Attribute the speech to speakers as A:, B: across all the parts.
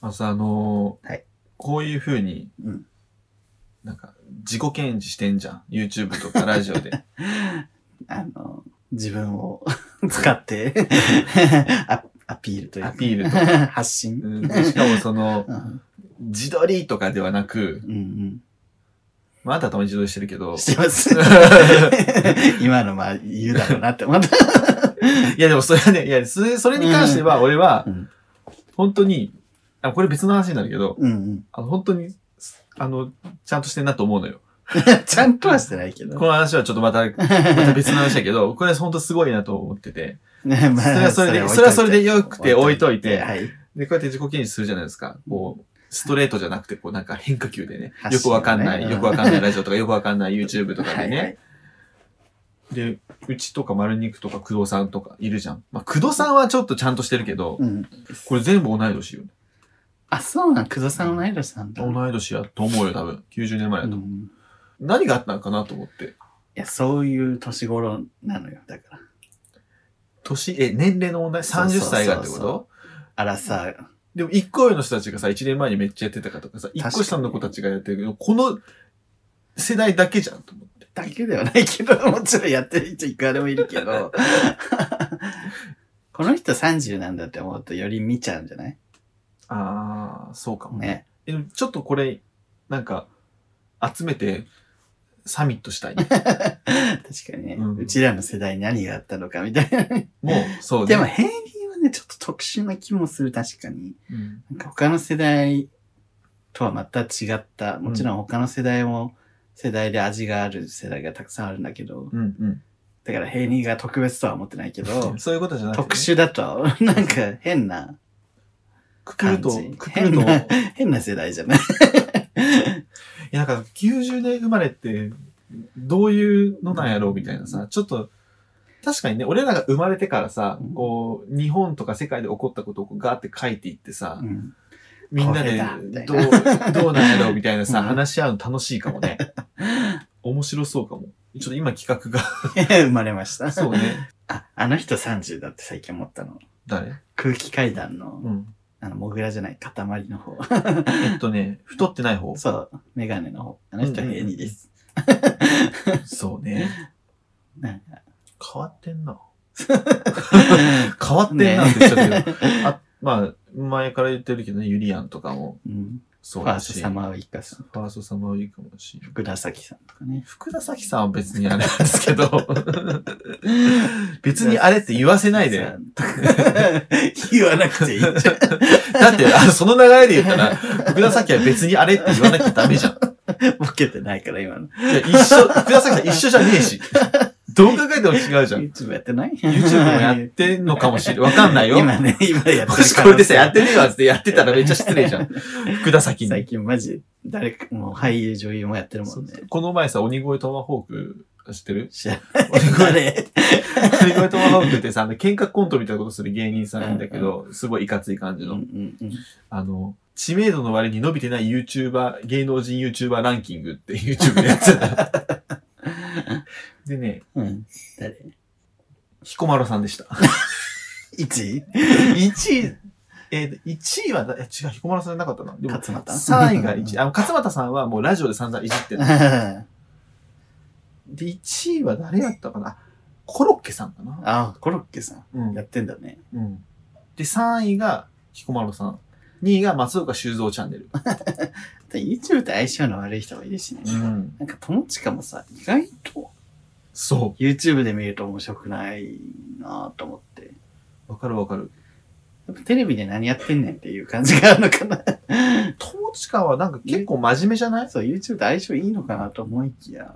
A: あのさ、あのー
B: はい
A: こういうふうに、
B: うん
A: なんか、自己顕示してんじゃん。YouTube とかラジオ で。
B: あの、自分を 使ってア、アピールというか
A: アピールと
B: 発信。
A: うんでしかもその、
B: うん
A: 自撮りとかではなく、
B: うん
A: まあ、あんたはたまに自撮りしてるけ
B: う
A: ど
B: ん。、し てます。今のまあ言うだろうなって思った。
A: いやでもそれはね、いや、それそれに関しては、俺は
B: うん、
A: 本当に、あ、これ別の話になるけど、
B: うんうん、
A: あの、本当に、あの、ちゃんとしてんなと思うのよ。
B: ちゃんとはしてないけど。
A: この話はちょっとまた、また別の話だけど、これは本当すごいなと思ってて。
B: ね まあ
A: それはそれでそれはそれで良くて置いといて
B: はい。
A: で、こうやって自己検知するじゃないですか。こう、ストレートじゃなくて、こうなんか変化球でね、
B: 発
A: よ
B: 信
A: くわかんな
B: ね
A: い、
B: うん
A: よくわかんないラジオとか、よくわかん ない YouTube とかでね。
B: はいはい
A: で、うちとか丸肉とか工藤さんとかいるじゃん。まあ、工藤さんはちょっとちゃんとしてるけど、
B: うん。
A: これ全部同い年よ。
B: あ、そうなん、久保さん同い年なんだ。
A: 同い年やと思うよ、多分。90年前やと
B: う
A: 思う。
B: ん
A: 何があったのかなと思って。
B: いや、そういう年頃なのよ。だから。
A: 年、え、年齢の問題
B: そうそうそ
A: ?30
B: う
A: 歳がって
B: そ
A: こと
B: あらさ、
A: でも、一個上の人たちがさ、1年前にめっちゃやってたかとかさ、
B: に
A: 一個下の子たちがやってるけど、この世代だけじゃんと思って。
B: だけではないけど、 もちろんやってる人いくらでもいるけど、 この人30なんだって思うとより見ちゃうんじゃない
A: ああ、そうかも
B: ね。
A: えでもちょっとこれ、なんか、集めて、サミット したい。
B: 確かにね、う
A: うん
B: ちらの世代に何があったのかみたいな。
A: もう、そう
B: でも、平民はね、ちょっと特殊な気もする、確かに。
A: うん
B: なんか他の世代とはまた違った、もちろん他の世代も世代で味がある世代がたくさんあるんだけど、
A: うん、
B: だから平民が特別とは思ってないけ
A: う
B: ど
A: ん。、そういうことじゃなくて、
B: 特。殊だとは、なんか変な、
A: くくると
B: 感じ、
A: くくる と、い
B: 変な変な世代じゃない
A: や、なんか、90年生まれって、どういうのなんやろうみたいなさ、ちょっと、確かにね、俺らが生まれてからさ
B: うん、
A: こう、日本とか世界で起こったことをこうガーって書いていってさ、
B: うん
A: みんな
B: これ
A: で
B: だみたい
A: どう、どうなんやろうみたいなさ、
B: うん
A: 話し合うの楽しいか もね。面白そうかも。ちょっと今企画が、
B: 生まれました。
A: そうね。
B: あ、あの人30だって最近思ったの。
A: 誰
B: 空気階段の、
A: うん。
B: あの、モグラじゃない、塊の方。
A: えっとね、太ってない方。
B: そう、メガネの方。あの人は平にです。
A: そうね。
B: なん
A: 変わってん な。変わってんなって言っちゃったけど。あまあ、前から言ってるけどね、ユリアンとかも
B: うん、フ
A: そう
B: ァー
A: だ
B: スト
A: し。
B: サマーウイカさん、
A: ファーストサマーウィークもだし。
B: 福田咲さんとかね。
A: 福田咲さんは別にあれなんですけ ど。別にあれって言わせないで。。
B: 言わなくていい。
A: だって、あのその流れで言ったら、福田咲は別にあれって言わなきゃダメじゃん。
B: ボケてないから今の。
A: いや一緒、福田咲さん一緒じゃねえし。どう考えても違うじゃん。
B: YouTube やってない
A: YouTube もや ってんのかもしれない。わかんないよ。
B: 今ね、今やって
A: も
B: る
A: しこれでさ、やってねえわってやってたらめっちゃ失礼じゃん。 福田先
B: 最
A: に。
B: 近マジ、誰か、もう俳優女優もやってるもんね。
A: この前さ、鬼越トマホーク、知ってる
B: 知ら
A: 鬼
B: な
A: 越
B: い。
A: 鬼越トマホークってさ、あの喧嘩コントみたいなことする芸人さんいるんだけど、すごいいかつい感じ
B: うんう
A: の。
B: んうん
A: あの、知名度の割に伸びてない YouTuber、芸能人 YouTuber ランキングって YouTube でや ってた。でね、
B: うん。誰
A: 彦摩呂さんでした。
B: ?1 位
A: 1位、えー、1位はな、え違う、彦摩呂さんじゃなかったな。でも、
B: 勝俣
A: 3位が1位。あの、勝俣さんはもうラジオで散々いじってる。
B: あ
A: で、1位は誰やったかなあコロッケさんかな
B: あ、コロッケさ
A: うん
B: ん。やってんだね。
A: うん。で、3位が彦摩呂さん。2位が松岡修造チャンネル。
B: で YouTube と相性の悪い人もいるしね。
A: ん。
B: なんか友近もさ、意外と
A: そ
B: YouTube で見ると面白くないなぁと思って。
A: う。わかるわかる。
B: やっぱテレビで何やってんねんっていう感じがあるのかな。
A: 友近はなんか結構真面目じゃない
B: そう、YouTube と相性いいのかなと思いきや、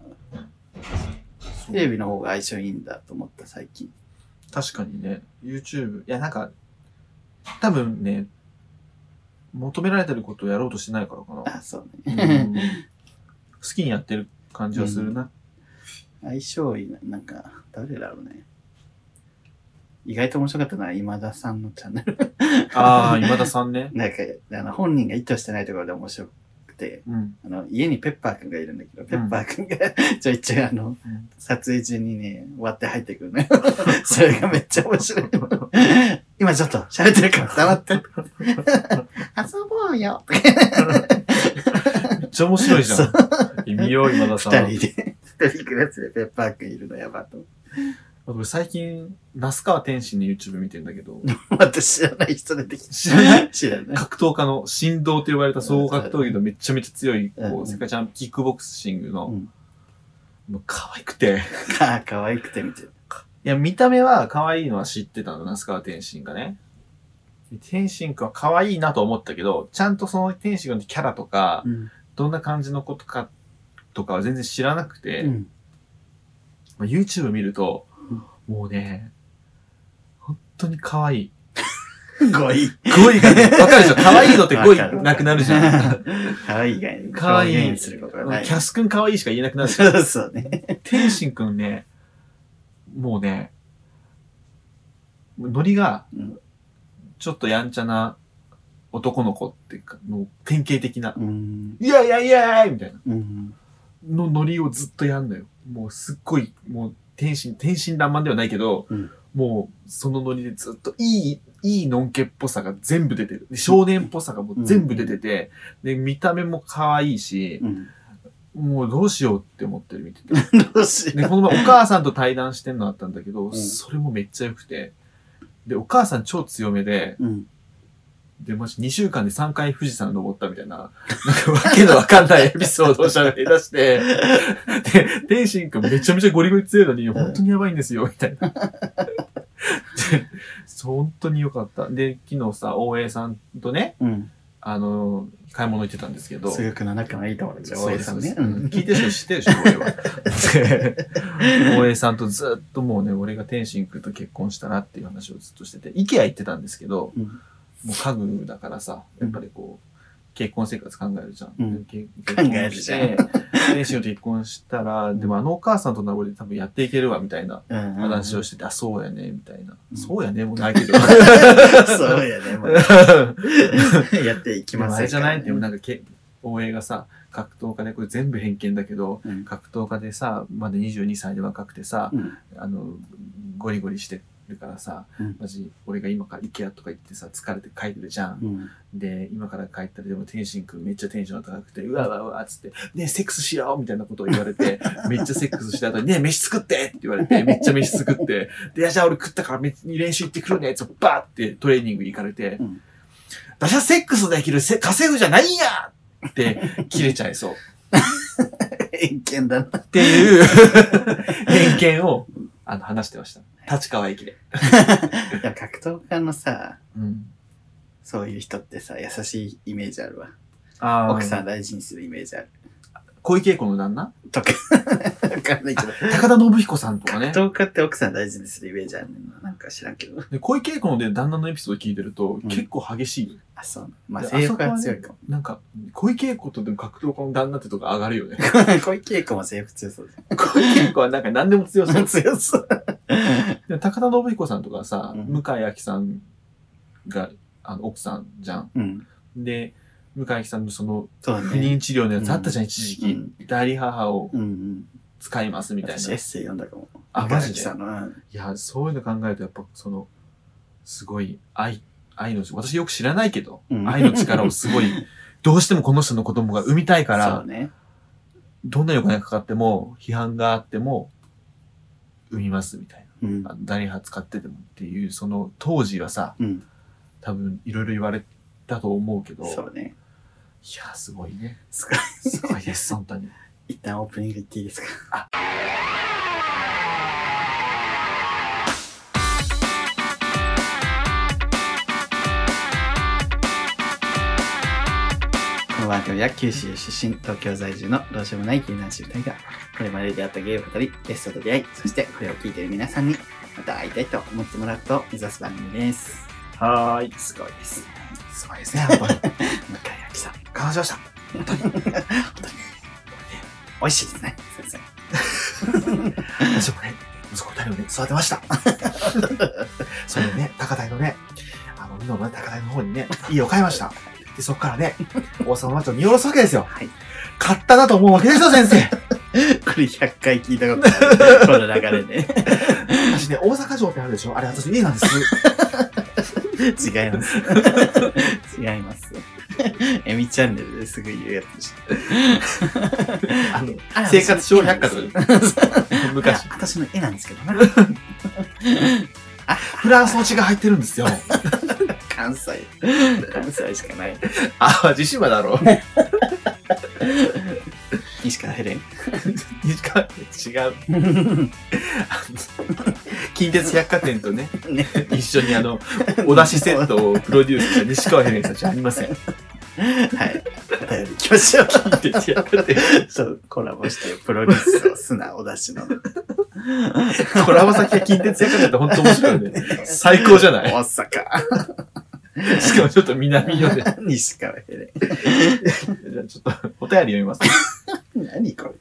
B: テレ
A: ビ。
B: ビの方が相性いいんだと思った最近。
A: 確かにね。YouTube。いや、なんか、多分ね、求められてることをやろうとしてないからかな。
B: あ、そう
A: う
B: ね。
A: ん好きにやってる感じはするな。
B: 相性いいな、なんか、誰だろうね。意外と面白かったのは今田さんのチャンネル。
A: ああ、今田さんね。
B: なんか、あの、本人が意図してないところで面白くて、
A: うん。
B: あの、家にペッパーくんがいるんだけど、ペッパーくんがちょいちょいあの、
A: うん
B: 撮影中にね、割って入ってくるのよ。 それがめっちゃ面白い。今ちょっと喋ってるから黙って。遊ぼうよ。
A: めっちゃ面白いじゃ
B: そ
A: ん。見よう、今田さん。
B: 二人で。一人暮らしでペッパーくんいるのやばと。
A: 僕最近、那須川天心の YouTube 見てんだけど、
B: 私知らない人出てきた。
A: 知らない
B: 知らない。
A: 格闘家の神道と呼ばれた総合格闘技のめっちゃめちゃ強い、
B: うん
A: こ
B: うん
A: う、世界チャンキックボクシングの、
B: うん
A: もう可愛くて。
B: か、可愛くて見てる。
A: いや、見た目は可愛いのは知ってたの、那須川天心がね。天心くんは可愛いなと思ったけど、ちゃんとその天心くんのキャラとか、
B: うん。
A: どんな感じのことか、とかは全然知らなくて、
B: うん。
A: まあ YouTube 見ると、もうね、本当に可愛い。
B: 語彙。
A: 語彙が、 わかるでしょ可愛いのって語彙なくなるじゃ ん。。
B: 可愛い以外に
A: 可愛い
B: 表現することがない。
A: キャスくん可愛いしか言えなくなるじゃん。
B: そうそうね。
A: 天心くんね、もうね、ノリが
B: うん、
A: ちょっとやんちゃな男の子っていうか、の典型的な、
B: うん。
A: いやいやいやいみたいな、
B: うん。
A: のノリをずっとやんのよ。もうすっごい、もう天心、天真爛漫ではないけど、
B: うん
A: もうそのノリでずっといい、いいのんけっぽさが全部出てる。で少年っぽさがもう全部出てて、で、見た目も可愛いし
B: う、ん。
A: もうどうしようって思ってる見てて。
B: どうし
A: で、この前お母さんと対談してんのあったんだけど、
B: ん
A: それもめっちゃ良くて。で、お母さん超強めで、
B: うん。
A: で、もし2週間で3回富士山登ったみたいな、なんかわけのわかんないエピソードを喋り出して、で、天心くんめちゃめちゃゴリゴリ強いのに、
B: ん
A: 本当にやばいんですよ、みたいな。でそう、本当に良かった。で、昨日さ、大江さんとね、
B: うん。
A: あの、買い物行ってたんですけど、
B: すごくの仲のいい友達、
A: そう
B: 大江
A: です
B: さんね。
A: そうです聞いてる人知ってるでしょ、俺は。で大江さんとずっともうね、俺が天心君と結婚したらっていう話をずっとしてて、IKEA 行ってたんですけど、
B: うん
A: もう家具だからさ、やっぱりこう、結婚生活考えるじゃん。
B: うん
A: け
B: 考えるじゃん。
A: 結婚して天心と結婚したら、でもあのお母さんと名残で多分やっていけるわ、みたいな
B: うん。
A: 話を
B: し
A: してて、あ、そうやね、みたいな。
B: うん
A: そうやね、もうないけ ど。
B: た。そうやね。もう やっていき
A: でも
B: ま
A: あ
B: す
A: れじゃないでもなんかけ、応援がさ、格闘家で、これ全部偏見だけど、
B: うん
A: 格闘家でさ、まだ22歳で若くてさ、
B: うん
A: あの、ゴリゴリしてるからさ、
B: うん
A: マジ、俺が今から IKEA とか行ってさ、疲れて帰るじゃん。
B: うん。
A: で、今から帰ったら、でも天心くんめっちゃテンション高くて、うわうわうわっつって、ねえセックスしようみたいなことを言われ て、めっちゃセックスした後に、ねえ飯作ってって言われて、めっちゃ飯作って、で、いやじゃあ俺食ったからめ練習行ってくるねつってバーってトレーニング行かれて、
B: うん
A: 私はセックスできるせ稼ぐじゃないんやって切れちゃいそう。
B: 偏見だな。
A: って いう偏見をあの話してました。立川駅で。
B: いや格闘家のさ、
A: うん
B: そういう人ってさ、優しいイメージあるわ。
A: あ
B: 奥さ
A: ん。
B: ん大事にするイメージある。
A: 小池栄子の旦那
B: とか、わかんないけど。
A: 高田信彦さんとか
B: 格
A: ね。
B: 闘家って奥さん大事にするイメージあるねんな。なんか知らんけど。
A: で小池栄子の、ね、旦那のエピソード聞いてると、
B: うん
A: 結構激しい。
B: あ、そう。まあ、
A: で
B: 性欲は強いかも。
A: なんか、小池栄子とでも格闘家の旦那ってとか上がるよね。
B: 小池栄子も性欲強そう
A: 小池栄子はなんか何でも強そう。
B: 強そう。
A: でも高田信彦さんとかさ、
B: うん
A: 向井明さんがあの奥さんじゃん。
B: うん。
A: で、向井明さんのその
B: そう
A: 不
B: ね。
A: 妊治療のやつあったじゃん、一時期。代理母を
B: うんうん。
A: 使いますみたい
B: 私
A: な。
B: エッ
A: い
B: セイ読んだかも。
A: あマジで
B: 中垣さんのうん
A: や、そういうの考えるとやっぱその、すごい愛、愛の、私よく知らないけど、
B: うん
A: 愛の力をすごい、どうしてもこの人の子供が産みたいか
B: そ
A: ら
B: う、ね。
A: どんなにお金がかかっても、批判があっても、産みますみたい
B: うん
A: な。あ。の代理母使っててもっていう、その当時はさ、
B: うん。
A: 多分いろいろ言われたと思うけど、い
B: そうね。
A: や、すごいね。
B: すごい
A: すごいです、本当 に。
B: 一旦オープニングいっていいですかこの番組は九州出身、東京在住のどうしようもない気になる集体が、これまで出会ったゲイを語り、ゲストと出会い、そしてこれを聞いている皆さんに、また会いたいと思ってもらうことを目指す番組です。
A: はーい。
B: すごいです。
A: すごいですね、やっぱり。
B: 向井明さん、
A: 感謝しました。
B: 美味しいですね。先生。
A: 私もね、息子二人をね、育てました。 それでね、高台のね、あの、美濃のね高台の方にね、家を買いました。で、そこからね、王様町を見下ろすわけですよ。
B: はい
A: 買ったなと思うわけですよ、先生。
B: これ100回聞いたこと ある。この流れで。
A: 私ね、大阪城ってあるでしょあれ、私家なんです。
B: 違います。違います。エミチャンネルですぐ言うやつでし
A: あ の、
B: た。
A: 生活小百科とか昔
B: 昔。、私の絵なんですけどな。
A: フランスの血が入ってるん ですよ。
B: 関西。関西しかない。
A: あ、淡路島だろ。
B: 西川ヘレン。
A: 違う。近鉄百貨店とね、
B: ね
A: 一緒にあの、お出しセットをプロデュースした西川ヘレンさんじゃありません。
B: はい。お便り行きましょう。
A: 近鉄百貨店。
B: ちょっとコラボして、プロデュースを素直出しの。
A: コラボ先が近鉄百貨店って本当面白いよね。最高じゃな
B: 大
A: い
B: 阪。
A: しかもちょっと南寄で。
B: 西川ヘレ
A: じゃあちょっとお便り読みます。
B: ン。何これ。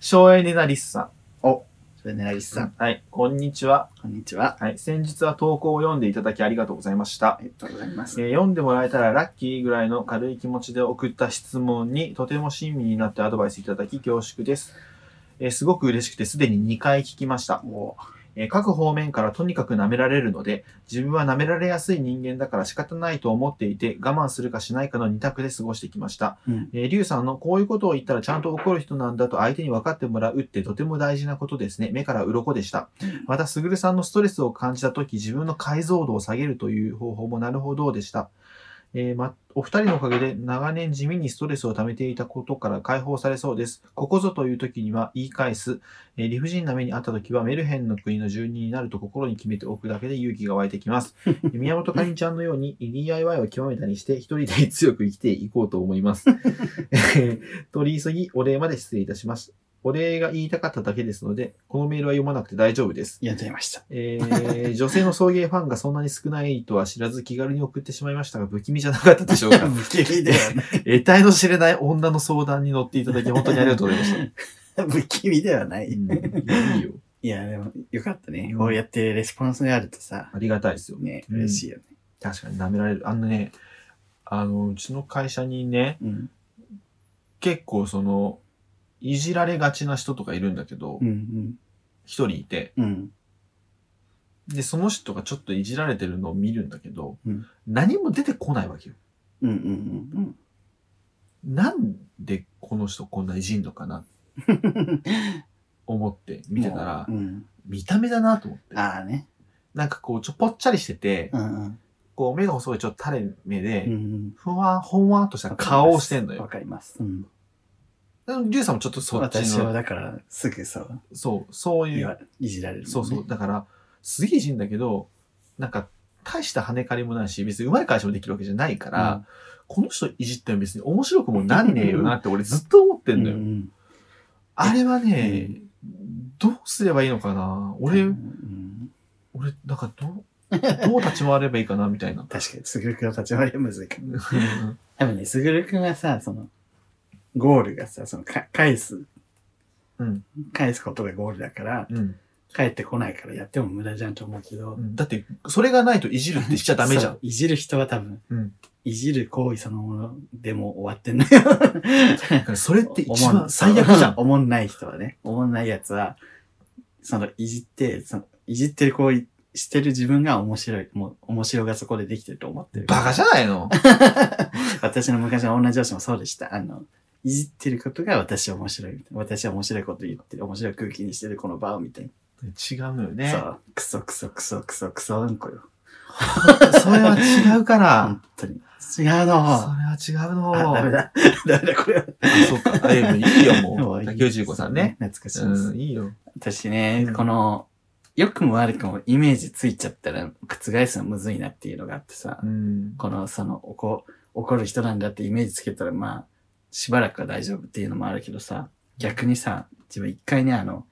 A: 省エネなリスさ
B: それねらぎさん、
A: ん。はい、こんにちは。
B: こんにちは。
A: はい、先日は投稿を読んでいただきありがとうございました
B: あ。りがとうございます。
A: えー読んでもらえたらラッキーぐらいの軽い気持ちで送った質問にとても親身になってアドバイスいただき恐縮です。えーすごく嬉しくてすでに2回聞きました、
B: も
A: えー各方面からとにかく舐められるので、自分は舐められやすい人間だから仕方ないと思っていて、我慢するかしないかの2択で過ごしてきました。
B: う、うん。
A: えー、リュウさんのこういうことを言ったらちゃんと怒る人なんだと相手に分かってもらうってとても大事なことですね。目から鱗でした。また、すぐるさんのストレスを感じたとき、自分の解像度を下げるという方法もなるほどでした。えーま、お二人のおかげで長年地味にストレスを溜めていたことから解放されそうです。ここぞという時には言い返す。えー理不尽な目にあった時はメルヘンの国の住人になると心に決めておくだけで勇気が湧いてきます。えー宮本かりんちゃんのように DIY を極めたりして一人で強く生きていこうと思います。えー 取り急ぎお礼まで失礼いたします。お礼が言いたかっただけですので、このメールは読まなくて大丈夫です。
B: 読んじゃいました。
A: え ー女性の送迎ファンがそんなに少ないとは知らず気軽に送ってしまいましたが、不気味じゃなかったでしょうか。
B: 不気味ではない。
A: 得体の知れない女の相談に乗っていただき、本当にありがとうございました。
B: た。不気味ではない。
A: うんいいよ。
B: いや、でも、よかったね。こうやってレスポンスがあるとさ、
A: ありがたいですよ。
B: ね、
A: うん
B: 嬉しいよね。
A: 確かに舐められる。あのね、あの、うちの会社にね、
B: うん。
A: 結構その、いじられがちな人とかいるんだけど
B: う、ん。
A: 一、人いて、
B: うん。うん。
A: で、その人がちょっといじられてるのを見るんだけど、
B: うん
A: 何も出てこないわけよ。
B: うん。うん。
A: なんでこの人こんないじんのかな、
B: うん。
A: 思って見てたら
B: う、ん。
A: 見た目だなと思って。
B: ああね。
A: なんかこう、ちょぽっちゃりしてて、
B: うん。うん
A: こう、目が細いちょっと垂れ目で、
B: うん。
A: ふわ、ほんわっとした顔をしてんの
B: わ
A: よ。
B: かります。うん。
A: でもリュウさんもちょっとそっち
B: 私は
A: の、
B: だから、すぐそう、
A: そう、そうい
B: 言
A: う
B: わいじられるもんね。
A: そうそう。だから、すげえ人だけど、なんか、大した跳ね返りもないし、別に上手い返しもできるわけじゃないから、
B: うん
A: この人いじっても別に面白くもなんねえよなって俺ずっと思ってんのよ。
B: うんうん。
A: あれはね、どうすればいいのかな俺、
B: うん。
A: 俺、なんかどう、どう立ち回ればいいかなみたいな
B: 確かに、すぐるくんの立ち回りはむずいかも。
A: うん
B: 多分ね、すぐるくんはさ、その、ゴールがさ、その、か返す、
A: うん
B: 返すことがゴールだから、
A: うん
B: 帰ってこないからやっても無駄じゃんと思うけど、
A: だって、それがないといじるってしちゃダメじゃ
B: そ
A: ん
B: う。いじる人は多分、
A: うん
B: いじる行為そのものでも終わってんのよ。
A: だからそれって 一
B: おも
A: 番
B: ん
A: 最悪じゃん。
B: おもんない人はね、おもんないやつは、その、いじって、その、いじってる行為してる自分が面白い、もう、面白がそこでできてると思ってる。
A: バカじゃない の
B: 私の昔の女上司もそうでした。あの、いじってることが私は面白い。私は面白いこと言ってる。面白い空気にしてるこの場をみたい
A: 違うのよ
B: な。
A: ね
B: そ。う。クソクソクソクソクソうんこよ。
A: それは違うから。
B: 本当に。違うの。あ、
A: それは違うの。
B: ダメだ。 ダメだ、これは。
A: あそうか。あ、いやもういいよ、もう。
B: いい
A: 竹内結子さんね。。
B: 懐かしいです
A: う。ん、いいよ。
B: 私ね、
A: うん
B: この、良くも悪くもイメージついちゃったら覆すのむずいなっていうのがあってさ、
A: うん。
B: この、その、怒、怒る人なんだってイメージつけたら、まあ、しばらくは大丈夫っていうのもあるけどさ、逆にさ、自分一回ね、あの、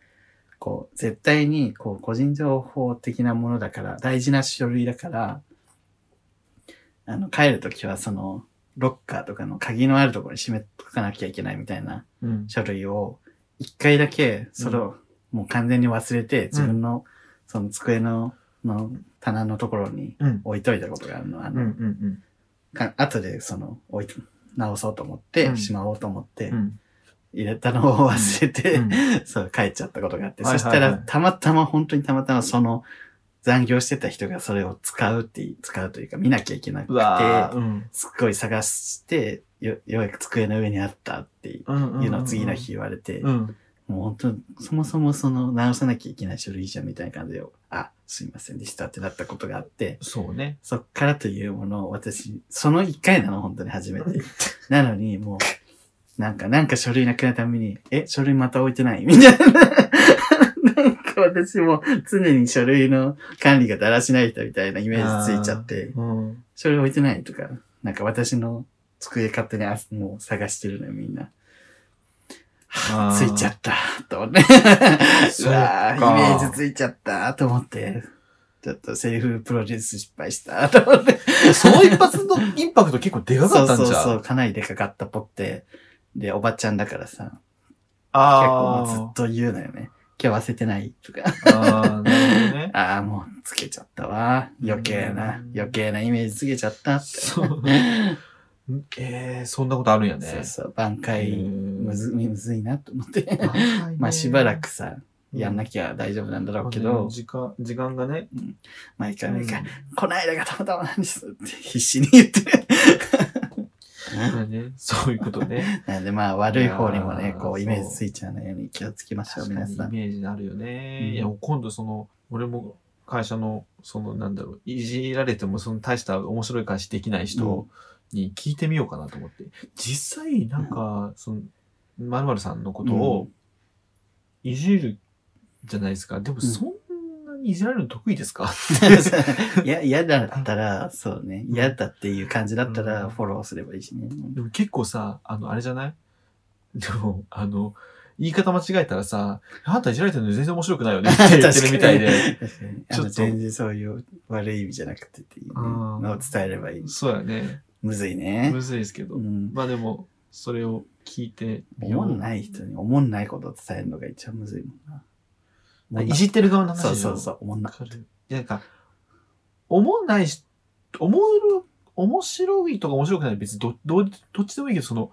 B: こう、絶対に、こう、個人情報的なものだから、大事な書類だから、あの、帰るときは、その、ロッカーとかの鍵のあるところに閉めとかなきゃいけないみたいな
A: うん。
B: 書類を一回だけそれをもう完全に忘れて自分のその机のの棚のところに
A: うん。
B: 置いといたことがあるの。あ
A: うん。う
B: の、
A: ん。
B: か後でその置いと直そうと思って、
A: うん
B: しまおうと思って
A: うん。
B: 入れたのを忘れて、
A: うん
B: そう帰っちゃったことがあって、
A: はいはいはい
B: そしたらたまたま本当にたまたまその残業してた人がそれを使うってい、使うというか見なきゃいけな く
A: うわー
B: て、
A: うん。
B: すっごい探して、よ、ようやく机の上にあったってい
A: うんうん。
B: うのを次の日言われて、
A: うん。
B: もう本当にそもそもその直さなきゃいけない書類じゃんみたいな感じで、あ、すいませんでしたってなったことがあって、
A: そうね。
B: そっからというものを私、その一回なの、本当に初めて。なのに、もう、なんか、なんか書類なくなるために、え、書類また置いてないみたいな。なんか私も常に書類の管理がだらしない人みたいなイメージついちゃって、
A: うん。
B: 書類置いてないとか、なんか私の机勝手にあもう探してるのよ、みんな。
A: あー
B: ついちゃった、と思って。う
A: う
B: わ
A: か
B: ーイメージついちゃった、と思って。ちょっとセルフプロデュース失敗した、と思って。
A: その一発のインパクト結構でかかったんじゃん。
B: そうそうそう、かなりでかかったぽって。で、おばちゃんだからさ、結
A: あ
B: 構
A: あ。
B: ずっと言うのよね。今日忘れてないとか。
A: ああ、なるほどね。
B: ああ、もうつけちゃったわ。余計な
A: うん、
B: 余計なイメージつけちゃったって。
A: そう。 ええー、そんなことあるんやね。
B: そうそう、挽
A: う
B: 回、
A: ん
B: むず、むずいなと思って。
A: 挽回ね
B: まあしばらくさ、やんなきゃ大丈夫なんだろうけ
A: うん
B: ど、
A: 時間、時間がね。
B: 毎回
A: うん
B: 毎回、こないだがたまたまなんですって必死に言って。
A: まあねそういうことね。
B: なんでまあ悪い方にもね
A: あ、ー
B: こうイメージついちゃうのように気をつけましょう、
A: 確か
B: 皆
A: にイ
B: さん。
A: メージあるよね。
B: うん
A: いや、今度その、俺も会社の、その、なんだろう、いじられても、その大した面白い会社できない人に聞いてみようかなと思って。実際、なんか、その、まるまるさんのこと
B: う
A: を、いじるじゃないですか。でも、そんなにいじられるの得意ですか、
B: い や、嫌だったら、そうね。嫌だっていう感じだった
A: う
B: ら、
A: ん
B: フォローすればいいしね。
A: でも結構さ、あの、あれじゃないでも、あの、言い方間違えたらさ、あんたいじられてるのに全然面白くないよねって言ってるみたいで。
B: 確かに。あ
A: ちょっと
B: の、全然そういう悪い意味じゃなくてっていうね
A: うん
B: のを伝えればいい。
A: そうやね。
B: むずいね
A: む。ずいですけど。
B: うん。
A: まあでも、それを聞いてみよ
B: 思
A: う。
B: んない人に思んないことを伝えるのが一番むずいもんな。
A: いじってる側の話
B: そうそう
A: う。
B: そう、思んな
A: わ。かる。いやなんか、思んないし、思う、面白いとか面白くない別にど、どう、どっちでもいいけど、その、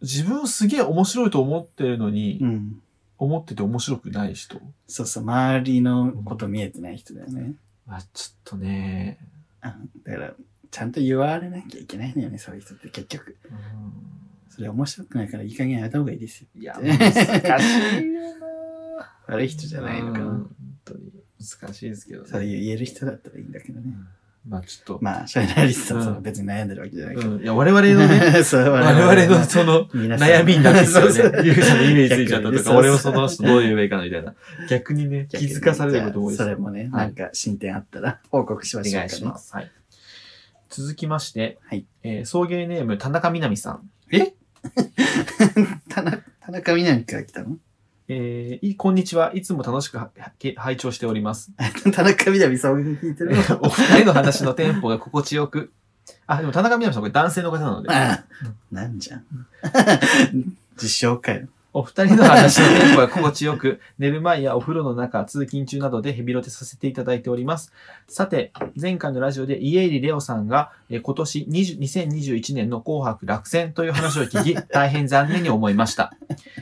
A: 自分すげえ面白いと思ってるのに、
B: うん。
A: 思ってて面白くない人。
B: そうそう、周りのこと見えてない人だよね。
A: あ、ちょっとね、
B: あだから、ちゃんと言われなきゃいけないんだよね、そういう人って結局。
A: うん
B: それ面白くないからいい加減やめた方がいいですよ。
A: いや、
B: ね
A: 難しいよな
B: 悪い人じゃないのか
A: うん
B: な。
A: 本当に難しいですけど
B: そう
A: ね。
B: いう言える人だったらいいんだけどね。
A: まあちょっと、
B: まあ、シャイナリストはその
A: うん
B: 別に悩んでるわけじゃないけど。
A: うん、いや、我々のね、
B: そう
A: 我々のその、
B: 皆さん
A: 悩みになってきた よね。ゆうさんのイメージついちゃった
B: 逆に
A: と
B: ね
A: か、俺もその人どう言えばいいかなみたいな。逆にね、気
B: 逆に
A: づかされることも多い
B: じゃあそ
A: ね
B: れもね、
A: はい
B: なんか進展あったら報告しましょうか、ね。
A: す。はい。続きまして、
B: はい
A: えー送迎ネーム、田中みなみさん。
B: 田中、田中みなみから来たの
A: えーいい、こんにちは。いつも楽しくはは拝聴しており ます。
B: 田中みなみ、そう聞いてるの
A: お二人の話のテンポが心地よく。あ、でも田中みな実さん、これ男性の方なので。
B: ああ、なんじゃん。 自称かよ。
A: お二人の話のテンポが心地よく、寝る前やお風呂の中、通勤中などでヘビロテさせていただいております。さて、前回のラジオで家入レオさんが、えー今年20 2021年の紅白落選という話を聞き、大変残念に思いました。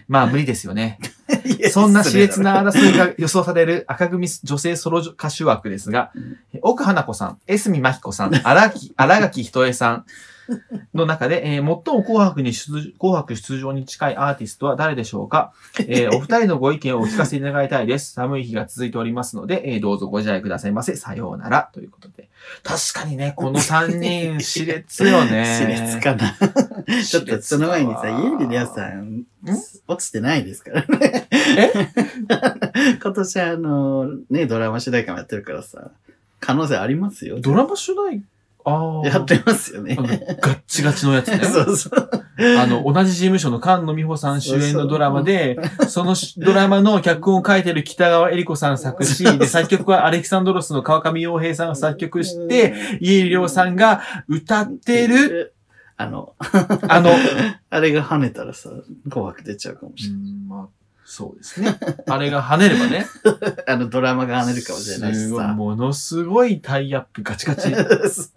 A: まあ無理ですよね。 そんな熾烈な争いが予想される赤組女性ソロ歌手枠ですが、え奥花子さん、江住真紀子さん、荒木、 荒垣ひとえさんの中で、えー最も紅白に出、紅白出場に近いアーティストは誰でしょうかえー お二人のご意見をお聞かせいただきたいです。寒い日が続いておりますので、えーどうぞご自愛くださいませ。さようなら。ということで。確かにね、この三人、熾烈よね。
B: 熾烈かな。ちょっとその前にさ、家でレアさ
A: ん。
B: ん、落ちてないですからね。 今年あの、ね、ドラマ主題歌もやってるからさ、可能性ありますよ。
A: ドラマ主題、ああ。
B: やってますよね
A: あ。の、ガッチガチのやつね。
B: そうそう。
A: あの、同じ事務所の菅野美穂さん主演のドラマで、そのしドラマの脚本を書いてる北川恵理子さん作詞、で、作曲はアレキサンドロスの川上洋平さんが作曲して、家入亮さんが歌ってる、
B: あの、
A: あの、
B: あれが跳ねたらさ、紅白出ちゃうかもし
A: まあ、そうですね。あれが跳ねればね。
B: れない。あのドラマが 跳ねるかもしれないし
A: すご
B: さ。
A: ものすごいタイアップガチガチ。す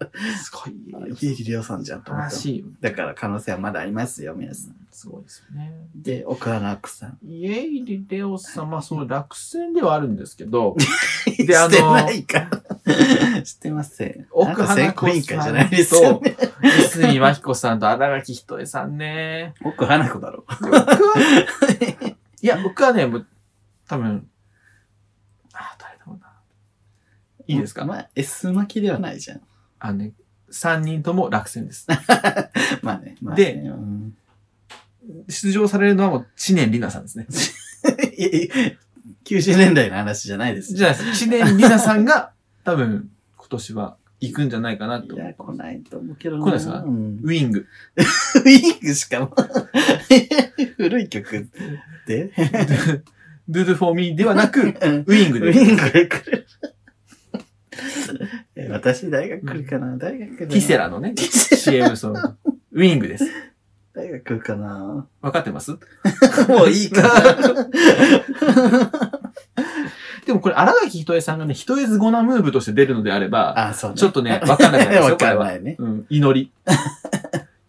A: ご
B: あ
A: い。
B: 家入りょうさんじゃんと思った。
A: しいよ。
B: だから可能性はまだありますよ、皆さん。
A: すごいですよね。
B: で、奥原子さん。
A: 家入レオ様、そう、落選ではあるんですけど、
B: して
A: であの
B: ないから。 知ってますよ。
A: 奥花子
B: あなた選考委員
A: さ
B: 会
A: ん
B: じゃないですよ、ね。
A: と、三角真彦さんと荒垣ひとえさんね。
B: 奥花子だろ。
A: 僕は、いや、僕はね、もう多分、あ、誰だろうな。いいですか
B: まあ、S 巻きではないじゃん。
A: あのね、3人とも落選です。
B: まあね。まあ、
A: で
B: ね、うん、
A: 出場されるのはもう知念里奈さんですね。
B: いやいや90年代の話じゃないですよ。
A: じゃあ、知念里奈さんが多分今年は行くんじゃないかなと
B: い。や、来ないと思うけど
A: 来ないですか
B: うん
A: ウィング。
B: ウィングしかも。 古い曲で
A: ドゥドゥフォーミーではなく、
B: ウ
A: ウィングで。
B: ィング来る。 え私、大学来るかな大学来る。
A: ティセ。ラのね、
B: ティセラ。
A: CM ソング。ウィングです。
B: 大学来るかな
A: 分かって ます
B: もう いいか。
A: でもこれ、荒垣ひとえさんがね、ひとえずごなムーブとして出るのであれば、
B: あ、そうね。
A: ちょっとね、 わかんなくなりますよ、
B: わ
A: こ
B: か
A: れ
B: ん
A: は
B: な。いね。
A: うん、祈 り。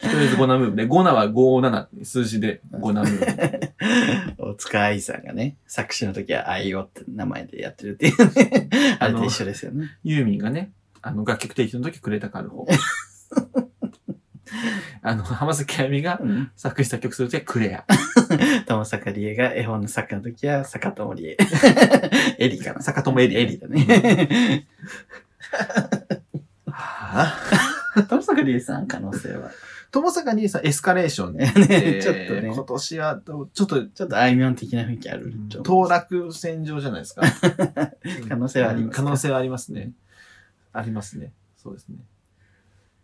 A: ひとえずごなムーブね。ゴナは57、数字でごなム ー
B: 大塚愛さんがね、作詞の時は愛をって名前でやってるっていうね。あ
A: あ
B: れ
A: の
B: と一緒ですよね
A: ブ。。ユーミンがね、あの、楽曲提供の時くれたかる方。 あの、浜崎あゆみが
B: うん
A: 作詞作曲する時はクレア。
B: 友坂理恵が絵本の作家の時は坂友 理恵。エリかな
A: 坂友エリ
B: エリだね。
A: はぁ
B: 友坂理恵さん可能性は。
A: 友坂理恵さん、エスカレーションね。
B: ね ちょっとね
A: 今年は、ちょっと、
B: ちょっとあいみょん的な雰囲気ある。ちょっと
A: 当落線上じゃないですか。
B: 可能性はあります
A: 可能性はありますね。ありますね。そうですね。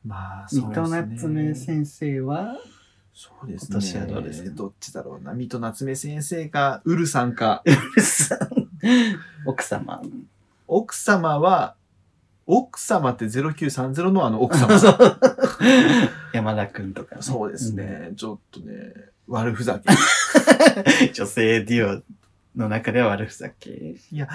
A: まあ、
B: 水
A: そうで
B: 戸
A: すね。
B: 夏目先生は
A: そうですね。
B: 今年はどうですか
A: どっちだろうな。水戸夏目先生か、ウルさん か。
B: 奥様。
A: 奥様は、奥様って0930のあの奥 様さん。
B: 山田くんとか、
A: そうです
B: うん。
A: ね。ちょっとね、悪ふ ざけ。
B: 女性デュオの中では悪ふざけ。
A: いや、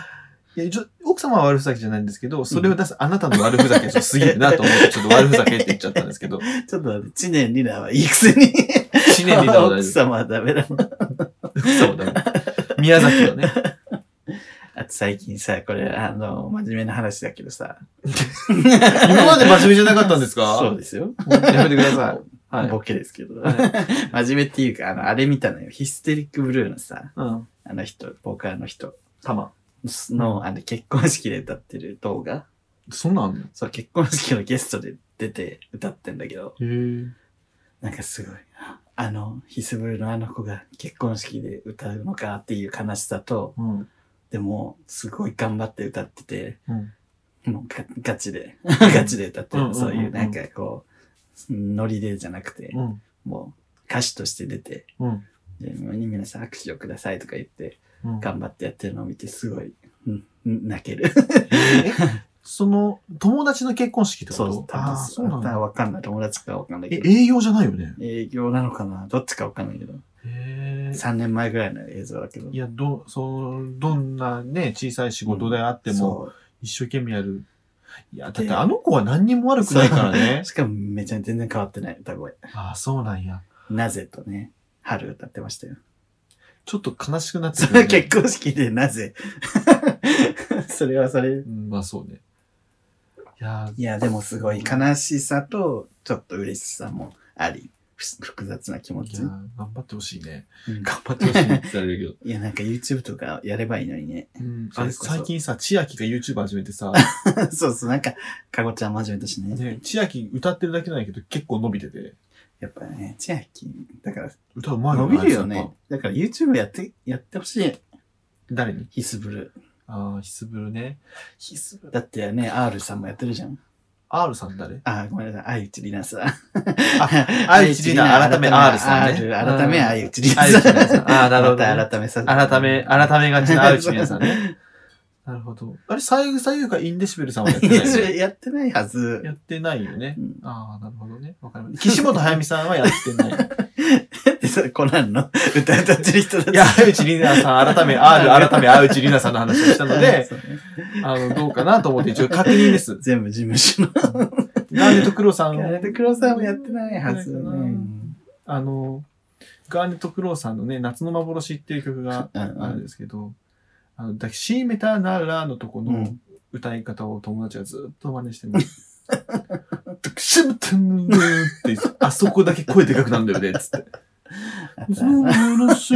A: ちょ奥様は悪ふざけじゃないんですけど、それを出すあなたの悪ふざけ、ちょっとすぎるなと思って、ちょっと悪ふざけって言っちゃったんです けど、
B: ちょっと待って、知念里奈はいいくせに。
A: 知念里奈は大
B: 奥
A: 丈
B: 様はダメだもん。
A: 夫。奥様だね。宮崎のね。
B: あと最近さ、これ、あの、真面目な話だけどさ。
A: 今まで真面目じゃなかったんですか
B: そうですよ。
A: やめてください。はい。
B: ボケですけど。
A: は
B: 真面目っていうか、あの、あれ見たのよ。ヒステリックブルーのさ、
A: うん。
B: あの人、ボーカルの人
A: 玉。
B: の、あの、結婚式で歌ってる動画。
A: そんなんあんの
B: そう、結婚式のゲストで出て歌ってんだけど、
A: へ
B: なんかすごい。あの、ヒスブルのあの子が結婚式で歌うのかっていう悲しさと、
A: うん。
B: でも、すごい頑張って歌ってて、
A: うん。
B: もうガガ チで、ガチで歌って
A: うんうんう
B: る。
A: ん
B: そういう、なんかこう、ノリでじゃなくて
A: う、ん。
B: もう歌手として出て、
A: うん。
B: で皆さん拍手をくださいとか言って、
A: うん。
B: 頑張ってやってるのを見て、すごい、うんうん泣ける。
A: えその、友達の結婚式ってこ
B: そ
A: と
B: う、多
A: あ
B: 分
A: あ、そうなんだ。
B: わかんない。友達かわかんないけ
A: え、
B: ど。
A: 営業じゃないよね。
B: 営業なのかなどっちかわかんないけど。
A: へえ。
B: 3年前ぐらいの映像だけど。
A: いや、ど、そう、どんなね、小さい仕事であっても、
B: そう、
A: 一生懸命やる。いや、だって
B: で
A: あの子は何にも悪くないからね
B: し。かもめちゃ全然変わってない歌声。
A: ああ、そうなんや。
B: なぜとね、春歌ってましたよ。
A: ちょっと悲しくなって
B: そ
A: くる
B: の
A: ね
B: 結婚式でなぜ それはそれ。
A: うん、まあそうね。いやー
B: いや、でもすごい悲しさと、ちょっと嬉しさもあり、ふ複雑な気持
A: い
B: ち。
A: やー
B: うん
A: 頑張ってほしいね。
B: い
A: 頑張ってほしいって言われる
B: や、なんか YouTube とかやればいいのにね。
A: けど。 うん、
B: そ
A: あ
B: う
A: れ
B: そうそう
A: 最近さ、千秋が YouTube 始めて さ、
B: そうそう、なんか、かごちゃん真面目だしね。
A: ね、千秋歌ってるだけなんやけど結構伸びてて、
B: やっぱね、千秋、だから
A: 歌うまい
B: 伸
A: よ
B: びるよ。
A: あいつやっ
B: ね
A: ぱ。
B: だから YouTube やって、やってほしい。
A: 誰に
B: ヒスブル。
A: ああ、ヒスブルね。ヒスブル。
B: だってね、R さんもやってるじゃん。
A: R さん誰
B: あ、ごめんなさい、相内里奈さん。
A: 相内里奈改め R さんね
B: R 改め
A: うん
B: 相内 里
A: あ
B: 奈さん。
A: あー、なるほど、
B: ま
A: ね
B: た。改めさ
A: 改め、改めがちな R さん ね。なるほど。あれ、左右左右かインデシベルさんはやってないよね、
B: やって ないはず。
A: やってないよ ね
B: う。ん
A: ああ、なるほどね。わかりました。岸本早美さんはやってない。
B: だってそれ コナンの歌歌ってる人だ
A: いや、相内里奈さん、改め R、改め相内里奈さんの話をしたので、
B: そうね
A: あの、どうかなと思って一応確認です。
B: 全部事務所の。
A: ガーネット・クロさん
B: ガレ
A: の、
B: ートクロさんもやってないはずね。
A: う
B: うんん
A: あの、ガーネット・クロさんのね、夏の幻っていう曲が
B: う
A: あるん
B: ん
A: ですけど、あの、だ C メタならのとこ
B: う
A: の
B: ん。
A: 歌い方を友達がずっと真似してます。 ドクシブトンドゥーって、あそこだけ声でかくなるんだよね、つ って。
B: あとは事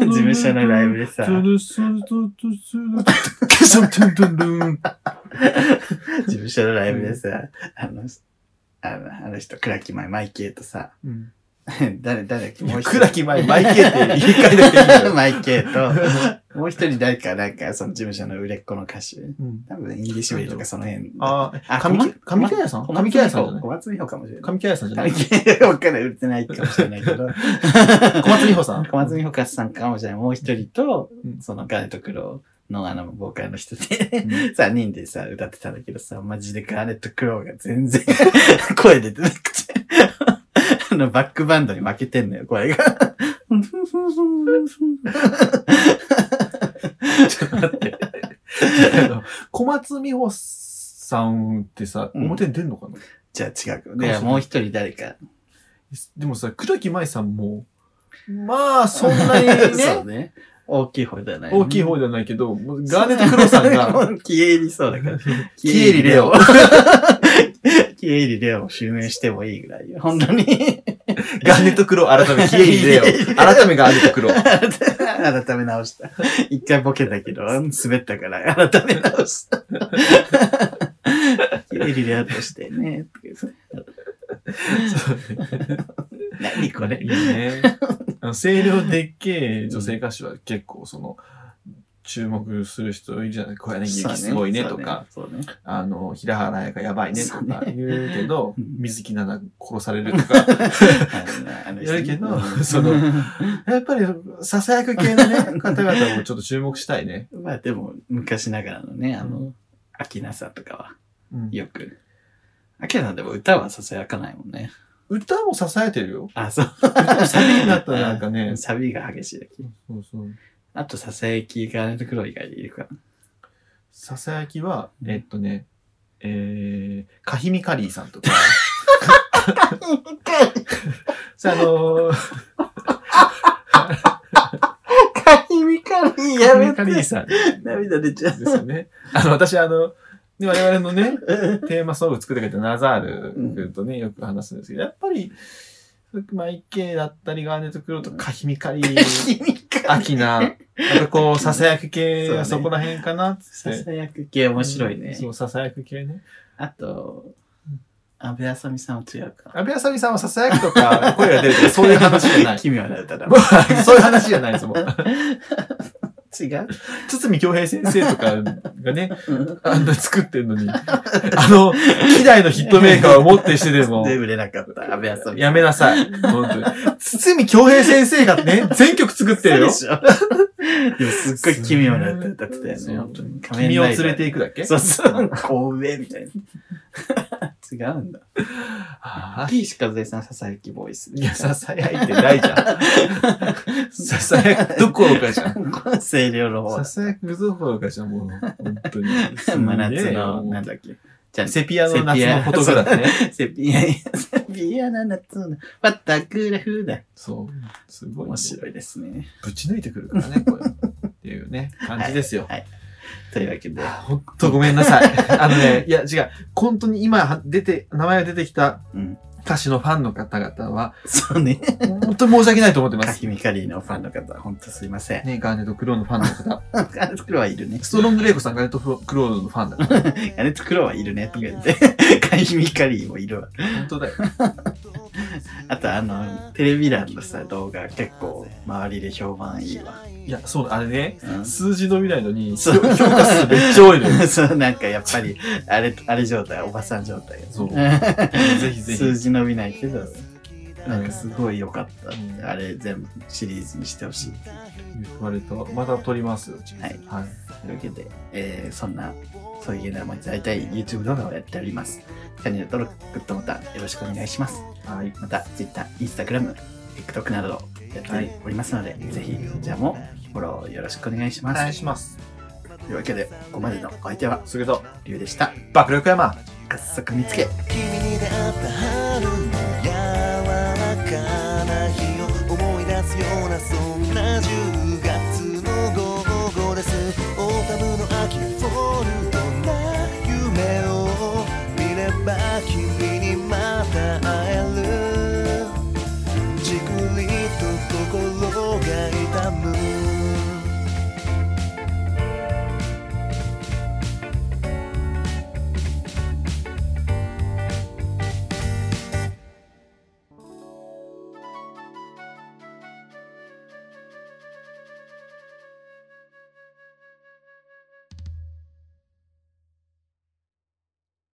B: 務所のライブでさ、事務所のライブでさ、あの、あのあの人、倉木舞、マイケイとさ、
A: うん
B: 誰、誰だっけ
A: い
B: も
A: や
B: う一人。
A: 倉木舞、マイケーって言い換えなくていいの よ。
B: マイケイと、もう一人誰か、なんか、その事務所の売れっ子の歌手。
A: うん
B: 多分、インギリッシュベリーとかその辺。
A: あ
B: あ
A: あ、上木上木屋さん
B: 小
A: 上
B: 松
A: 木
B: 美
A: 屋さんじゃない
B: 穂、小松美穂かもしれない。
A: 上木屋さんじゃない
B: 関係わかんない、売ってないかもしれないけど。
A: 小松美穂さん
B: 小松美穂かさんかもしれない。もう一人と、
A: うん
B: そのガネとクロウのあの、ボーカルの人で、
A: う ん
B: 3人でさ、歌ってたんだけどさ、マジでガネとクロウが全然 声出て なくて。あの、バックバンドに負けてんのよ、声が。 ちょっと待 って。
A: あの小松美穂さんってさ、
B: うん
A: 表に出んのかな、
B: じゃあ違う。で、もう一人誰か。
A: でもさ、倉木舞さんも、まあ、 そんなにね
B: そう、ね。大きい方じゃない。
A: 大きい方じゃないけど、もうガーネット・クロウさん
B: も
A: が、
B: う消え入りそうだから。
A: キエリレオ。
B: キエリレオを襲名してもいいぐらいよ。本当に。
A: ガーネット・クロウ改め、キエリ・ レオ
B: キエリレオ、
A: 改めガーネット・クロウ。
B: 改め直した。一回ボケたけど、滑ったから改め直した。キエリレオとしてね。何こ
A: いい
B: れ。
A: ね。あの声量でっけえ女性歌手は結構その、注目する人いるじゃない小柳ゆきすごいねとか、
B: そうね。
A: あの、平原綾香やばいねとか
B: そうね
A: 言うけ ど、
B: うん
A: 水木奈々殺されるとか、
B: あの
A: やるけど
B: うん
A: そのやっぱりささやく系のね、方々もちょっと注目したいね。
B: まあでも、昔ながらのね、あ
A: う
B: の、アキナさんとかは、
A: うん
B: よく。アキナさんでも歌はささやかないもんね。
A: 歌も支えてるよ。
B: あ、そう。
A: サビになったらなんかね、
B: サビが激しいだけ。
A: そうそう。
B: あと、ささやきがネットクロ以外でいるか
A: ささやきは
B: う、ん
A: えっとね、えー、カヒミカリーさんとか、 さあのー、
B: カヒミカリー
A: カヒミカリーさん。
B: 涙出ちゃう。
A: ですよね。あの、私、あの、ね、我々のね、テーマソング作ってくれたナザール君とね、よく話すんですけど、やっぱり、マイケイだったり、ガーネット・クロウとか、ヒミカリ、
B: ヒミカ
A: ア
B: リー。
A: キナ、あとこう、ささやく系は
B: そ
A: そ
B: うね
A: こら辺かなっつ
B: さ
A: って。
B: さやく系面白いね。
A: そう、ささやく系ね。
B: あと、安倍あさみさんは違うか。
A: 安部あさみさんはささやくと か、声が出るとか、そういう話じゃない。
B: 奇妙な歌だ
A: も。う そういう話じゃないですもん。
B: 違う
A: 堤京平先生とかがね、あんな作ってんのに、あ の、希代のヒットメーカーを持ってしてでも、
B: で、売れなかった。安倍あさみ。
A: やめなさい。本当に。堤京平先生がね、全曲作ってるよ。
B: そうでしょ。でもすっごい奇妙な歌歌ってたよ
A: そ
B: ね、
A: う
B: 本当に。仮
A: 君を
B: ラ
A: 連
B: イダー
A: れていくだっけ
B: そうそう。こう上みたい な。違うんだ。
A: ああ
B: 岸和恵さん、ささやきボイス。
A: いや、ささやいてないじゃ ん。ささやくどころかじゃん。
B: 声量の方
A: さ。さやくどころかじゃん、もう。本当に。
B: 真夏の、
A: もう
B: なんだっけ。じゃあ、セ
A: セピアの夏のフォトグラフね。
B: セピア、セピアな夏の、バタグラフだ。
A: そう。すごい。
B: 面白いですね。
A: ぶち抜いてくるからね、これ。っていうね、感じですよ。
B: というわけで、
A: ほんとごめんな さい。あのね、いや違う。本当に今出て、名前が出てきた
B: うん。
A: 歌手のファンの方々は、
B: そうね。
A: 本当に申し訳ないと思ってま
B: カ
A: す。
B: ヒミカリーのファンの方、ほんとすいません。
A: ね、ガーネット・クローのファンの方。
B: ガネットクロはいるね。
A: ストロング・レイコさんガーネット・クローのファンだから。
B: ガネットクロはいるね。とか言って、カヒミカリーもいるわ。
A: 本当だよ。
B: あとあのテレビ欄のさ動画結構周りで評判いいわ、
A: いや、そう、あれね、
B: うん
A: 数字伸びないのに、
B: そ
A: 評
B: う
A: 評価数めっちゃ多いのよ。
B: そうなんかやっぱり あれあれ状態おばさん状態
A: そう ぜひぜひ
B: 数字伸びないけどなんかすごい良かった、
A: うん
B: あれ全部シリーズにしてほしい
A: 言われた。また撮ります。
B: はい
A: はい。
B: というわけで、えーそんなそういうのも大体 YouTube 動画をやっておりますチャンネル登録グッドボタンよろしくお願いします
A: はい。
B: また Twitter、Instagram、TikTok などやっておりますので、ぜひこちらもフォローよろしくお願いし
A: お
B: ます、
A: 願いします。
B: というわけでここまでのお相手は
A: すぐと、
B: リュウでした
A: 爆力山。
B: 早速見つけ
C: 君